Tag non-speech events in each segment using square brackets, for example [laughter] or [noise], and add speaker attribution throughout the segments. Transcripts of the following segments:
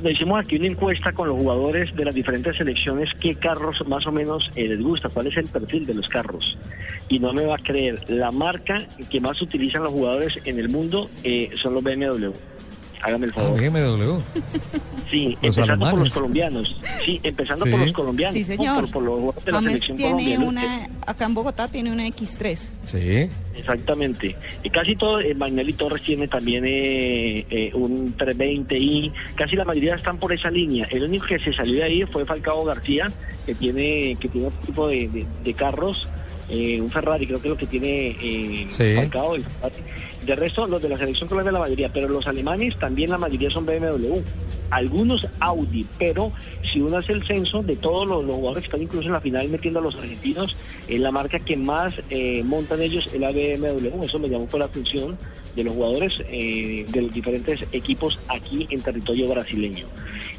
Speaker 1: Le hicimos aquí una encuesta con los jugadores de las diferentes selecciones qué carros más o menos eh, les gusta, cuál es el perfil de los carros. Y no me va a creer, la marca que más utilizan los jugadores en el mundo eh, son los BMW. Hágame el favor.
Speaker 2: BMW.
Speaker 1: Sí,
Speaker 2: Los
Speaker 1: empezando por
Speaker 2: alemanes.
Speaker 1: los colombianos. Sí, empezando
Speaker 2: Sí.
Speaker 1: por los colombianos.
Speaker 3: Sí, señor.
Speaker 1: Por, por los jugadores de la
Speaker 3: James
Speaker 1: selección
Speaker 3: tiene
Speaker 1: colombiana.
Speaker 3: una, acá en Bogotá tiene una X3.
Speaker 2: Sí.
Speaker 1: Exactamente. Y casi todo, eh, Magnelli Torres tiene también eh, eh, un 320i, casi la mayoría están por esa línea. El único que se salió de ahí fue Falcao García, que tiene que tiene otro tipo de, de- de carros, eh, un Ferrari creo que es lo que tiene eh,
Speaker 2: Sí.
Speaker 1: Falcao. el Ferrari. De resto, los de la selección colombiana la mayoría, pero los alemanes también la mayoría son BMW. Algunos Audi, pero si uno hace el censo de todos los, los jugadores que están incluso en la final metiendo a los argentinos, es la marca que más eh, montan ellos el ABMW. Eso me llamó por la atención de los jugadores eh, de los diferentes equipos aquí en territorio brasileño.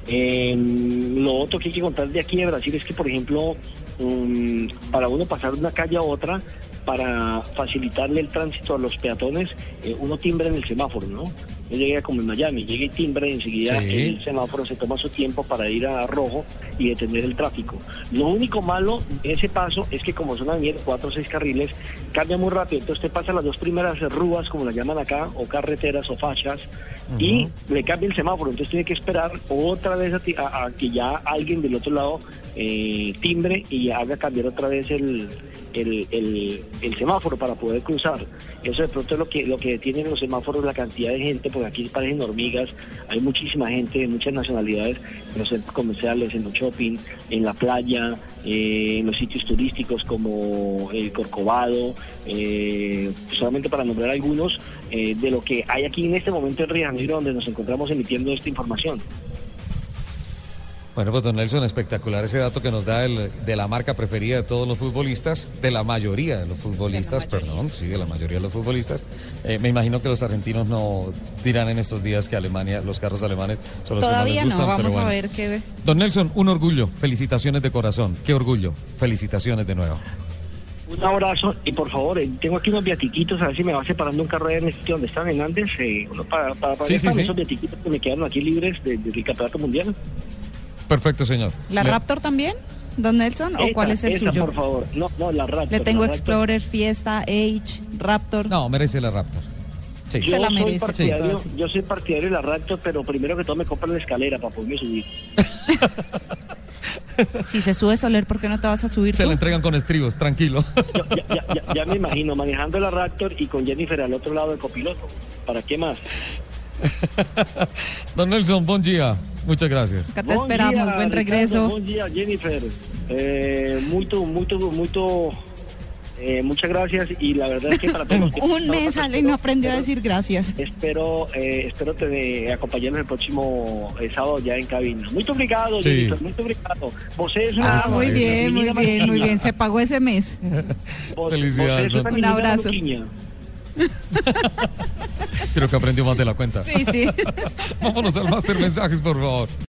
Speaker 1: Eh, lo otro que hay que contar de aquí de Brasil es que, por ejemplo, um, para uno pasar de una calle a otra, para facilitarle el tránsito a los peatones, eh, uno timbra en el semáforo, ¿no? Yo llegué como en Miami, llegué y timbre y enseguida
Speaker 2: Sí.
Speaker 1: el semáforo se toma su tiempo para ir a rojo y detener el tráfico. Lo único malo de ese paso es que como son también cuatro o seis carriles, cambia muy rápido. Entonces usted pasa las dos primeras rúas, como las llaman acá, o carreteras o fachas, y le cambia el semáforo. Entonces tiene que esperar otra vez a, ti- a- a que ya alguien del otro lado eh, timbre y haga cambiar otra vez el, el, el- el semáforo para poder cruzar. Eso de pronto es lo que, lo que detienen los semáforos, la cantidad de gente, porque aquí parecen hormigas, hay muchísima gente de muchas nacionalidades, en los centros comerciales, en los shopping, en la playa, eh, en los sitios turísticos como el Corcovado, eh, solamente para nombrar algunos eh, de lo que hay aquí en este momento en Río de Janeiro, donde nos encontramos emitiendo esta información.
Speaker 2: Bueno, pues don Nelson, espectacular ese dato que nos da el- de la marca preferida de todos los futbolistas, de la mayoría de los futbolistas, perdón, sí, de la mayoría de los futbolistas. Eh, me imagino que los argentinos no dirán en estos días que Alemania, los carros alemanes son los
Speaker 3: Todavía
Speaker 2: que más les
Speaker 3: no,
Speaker 2: gustan, pero
Speaker 3: vamos a
Speaker 2: bueno.
Speaker 3: ver qué ve.
Speaker 2: Don Nelson, un orgullo, felicitaciones de corazón, qué orgullo, felicitaciones de nuevo.
Speaker 1: Un abrazo y por favor, eh, tengo aquí unos viatiquitos, a ver si me va separando un carro ahí en el sitio donde están en Andes, eh, uno para, para, para,
Speaker 2: Sí, sí,
Speaker 1: para
Speaker 2: sí.
Speaker 1: esos viatiquitos que me quedaron aquí libres de- desde el Campeonato Mundial.
Speaker 2: Perfecto, señor.
Speaker 3: ¿La
Speaker 2: Me-
Speaker 3: Raptor también, don Nelson? ¿O
Speaker 1: Esta,
Speaker 3: cuál es el
Speaker 1: esta,
Speaker 3: suyo?
Speaker 1: por favor. No, no, la Raptor.
Speaker 3: Le tengo
Speaker 1: la Raptor.
Speaker 3: Explorer, Fiesta, H, Raptor.
Speaker 2: No, merece la Raptor. Sí.
Speaker 1: Yo
Speaker 3: Se la
Speaker 1: soy
Speaker 3: merece,
Speaker 1: partidario-
Speaker 3: sí.
Speaker 1: Yo soy partidario de la Raptor, pero primero que todo me compran la escalera para poderme subir.
Speaker 3: Si se sube Soler, ¿por qué no te vas a subir
Speaker 2: Se
Speaker 3: tú?
Speaker 2: la entregan con estribos, tranquilo. [laughs]
Speaker 1: Ya, ya- ya- ya me imagino manejando la Raptor y con Jennifer al otro lado del copiloto. ¿Para qué más?
Speaker 2: Don Nelson, buen día. Muchas gracias.
Speaker 3: Acá te
Speaker 1: Bom
Speaker 3: esperamos,
Speaker 1: dia,
Speaker 3: buen
Speaker 1: Ricardo,
Speaker 3: regreso.
Speaker 1: Bom dia, Jennifer. Eh, muito, muito, muito. eh, muchas gracias y la verdad es que para todos los
Speaker 3: [laughs]
Speaker 1: que-
Speaker 3: Un mes Ale no aprendió a
Speaker 1: espero-
Speaker 3: decir gracias.
Speaker 1: Espero, eh, espero te acompañarnos el próximo eh, sábado ya en cabina. Muy obrigado,
Speaker 2: Sí.
Speaker 1: Jennifer, muy obrigado. Vos es una
Speaker 3: Ah, muy bien, muy bien, muy bien. Se pagó ese mes.
Speaker 1: Vos-
Speaker 2: Felicidades,
Speaker 1: vos es una
Speaker 2: Don-
Speaker 3: Un
Speaker 1: menina
Speaker 3: abrazo.
Speaker 1: maluquiña.
Speaker 2: Creo que aprendió más de la cuenta.
Speaker 3: Sí, sí.
Speaker 2: [laughs]
Speaker 3: [laughs]
Speaker 2: Vámonos al Master Mensajes, por favor.